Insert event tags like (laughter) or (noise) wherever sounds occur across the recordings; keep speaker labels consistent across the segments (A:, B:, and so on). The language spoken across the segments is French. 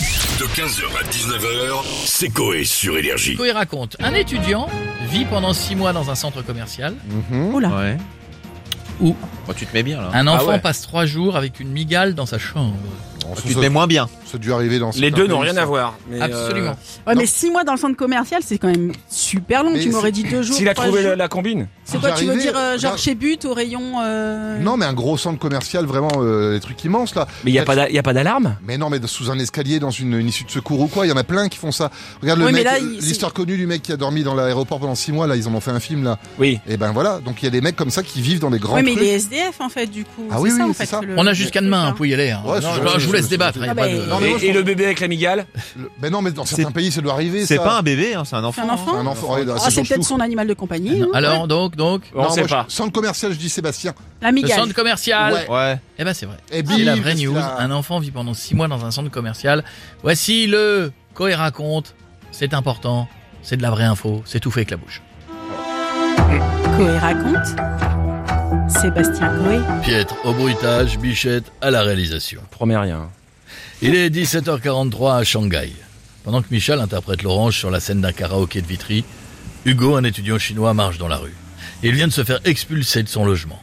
A: De 15h à 19h, c'est Coé sur Énergie.
B: Coé raconte Un étudiant vit pendant six mois dans un centre commercial.
C: Oula.
D: Ouais.
B: Où
D: Bon, tu te mets bien là.
B: Un enfant
E: Ah ouais.
B: passe trois jours avec une migale dans sa chambre.
E: Bon, ça,
D: Ah, tu te
E: ça-
D: mets moins bien.
E: ça a dû arriver dans
F: Ah, Les
E: certains
F: deux n'ont
E: pays,
F: rien
E: ça.
F: à voir. mais, euh,
B: Absolument.
C: Ouais, mais six mois dans le centre commercial, c'est quand même super long.
E: Mais
C: tu m'aurais
E: c'est-
C: dit deux
F: euh,
C: jours.
F: S'il a
C: trois
F: trouvé
C: jours.
F: la, la combine,
C: C'est quoi, tu veux
E: J'arrivais,
C: dire, euh, genre
E: regarde.
C: chez But, au rayon. euh,
E: Non, mais un gros centre commercial, vraiment euh, des trucs immenses là.
F: mais il n'y a pas d'a- y a pas d'alarme.
E: Mais non, mais sous un escalier, dans une, une issue de secours ou quoi, il y en a plein qui font ça. Regarde le
C: Oui, mais
E: mec, euh,
C: là, il-
E: l'histoire connue du mec qui a dormi dans l'aéroport pendant six mois, là, ils en ont fait un film là.
F: Oui.
E: Et ben voilà, donc il y a des mecs comme ça qui vivent dans des grands
C: Ouais, mais
E: trucs.
C: il est SDF en fait, du coup.
E: Ah
C: C'est
E: oui,
C: ça,
E: oui,
C: en
E: c'est
C: fait,
E: ça.
C: le-
B: On a jusqu'à demain hein,
C: le-
B: pour y aller. hein.
E: Ouais,
B: Non,
E: c'est
B: je,
E: gentil,
B: je vous laisse
E: c'est
B: débattre. il y a
C: gentil.
B: pas
C: Ah,
B: de-
C: mais-
E: Non, mais moi,
F: Et, et le bébé avec la migale
E: Le- Ben non, mais dans certains
D: C'est-
E: pays, ça doit arriver.
D: C'est
E: ça.
D: pas un bébé, hein, c'est un
C: C'est
D: enfant.
C: un enfant
E: Un enfant, ouais, là,
C: Ah,
E: ça
C: c'est
E: change
C: peut-être
E: tout.
C: son animal de compagnie. hein.
B: Ah Alors, donc, donc,
F: On
E: Non,
F: sait
E: moi, je-
F: pas.
E: Centre commercial, je dis Sébastien.
C: La
B: le
C: migale.
B: centre commercial.
E: Ouais.
D: Ouais.
B: Eh ben, c'est vrai.
E: Et
B: C'est la vraie
E: parce qu'il
B: news. Ah,
E: a-
B: Un enfant vit pendant six mois dans un centre commercial. Voici le Coé raconte. C'est important. C'est de la vraie info. C'est tout fait avec la bouche.
C: Coé raconte. Sébastien Coé.
B: Piètre au bruitage, Bichette à la réalisation.
F: Promets rien.
B: Il est 17h43 à Shanghai. Pendant que Michel interprète l'orange sur la scène d'un karaoké de Vitry, Hugo, un étudiant chinois, marche dans la rue. Il vient de se faire expulser de son logement.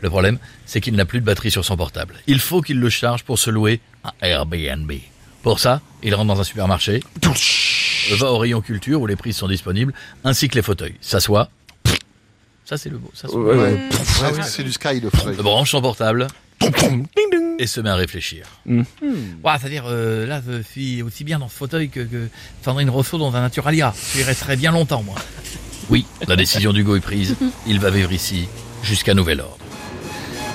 B: Le problème, c'est qu'il n'a plus de batterie sur son portable. Il faut qu'il le charge pour se louer à Airbnb. Pour ça, il rentre dans un supermarché, va au rayon culture où les prises sont disponibles, ainsi que les fauteuils. S'assoit. Ça, c'est le mot. s'assoit.
F: Ouais, ouais.
E: Ouais, presque, c'est du sky, le feuille.
B: Branche son portable
F: Ding, ding.
B: et se met à réfléchir.
F: Mm.
B: Ouais, c'est-à-dire, euh, là, je suis aussi bien dans ce fauteuil que, que Sandrine Rousseau dans un Naturalia. Je y resterai bien longtemps, moi. Oui, la décision d'Hugo est prise. Il va vivre ici jusqu'à nouvel ordre.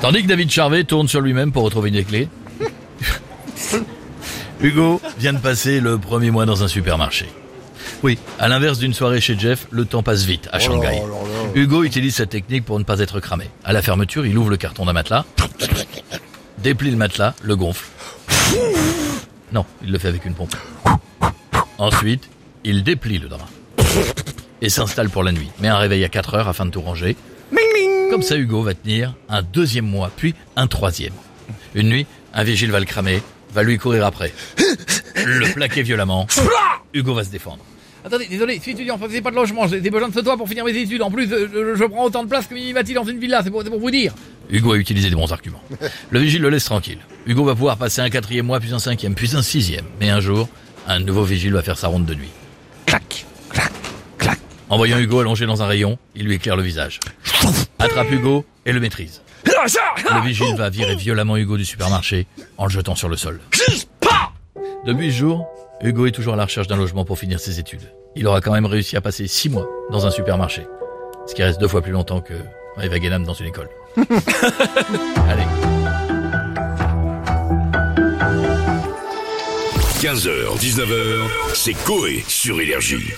B: Tandis que David Charvet tourne sur lui-même pour retrouver des clés. (laughs) Hugo vient de passer le premier mois dans un supermarché. Oui, Oh à l'inverse d'une soirée chez Jeff, le temps passe vite à Shanghai. Hugo utilise cette technique pour ne pas être cramé. À la fermeture, il ouvre le carton d'un matelas, déplie le matelas, le gonfle. Non, il le fait avec une pompe. Ensuite, il déplie le drap et s'installe pour la nuit. Met un réveil à 4 heures afin de tout ranger. Comme ça, Hugo va tenir un deuxième mois, puis un troisième. Une nuit, un vigile va le cramer, va lui courir après. Le plaquer violemment. Hugo va se défendre. Attendez, désolé, je suis étudiant, c'est pas de logement, j'ai besoin de ce toit pour finir mes études. En plus, euh, je, je- je prends autant de place que Mimi Mati dans une villa, c'est pour, c'est pour vous dire. Hugo a utilisé de bons (laughs) arguments. Le vigile le laisse tranquille. Hugo va pouvoir passer un quatrième mois, puis un cinquième, puis un sixième. Mais un jour, un nouveau vigile va faire sa ronde de nuit. En voyant Hugo allongé dans un rayon, il lui éclaire le (laughs) visage. Attrape Hugo et le maîtrise.
F: Ah, ça
B: Le vigile va virer violemment Hugo du supermarché en le jetant sur le sol. Depuis ce jour, Hugo est toujours à la recherche d'un logement pour finir ses études. Il aura quand même réussi à passer six mois dans un supermarché. Ce qui reste deux fois plus longtemps que Eva Guénam dans une école. Allez.
A: 15h, 19h, c'est Coé sur Énergie.